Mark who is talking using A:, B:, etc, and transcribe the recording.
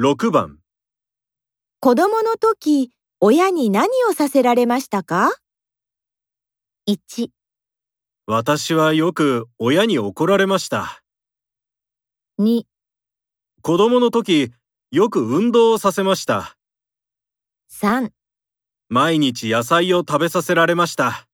A: 6番
B: 子供の時、親に何をさせられましたか ?1、
A: 私はよく親に怒られました
B: 2、
A: 子供の時よく運動をさせました
B: 3
A: 毎日野菜を食べさせられました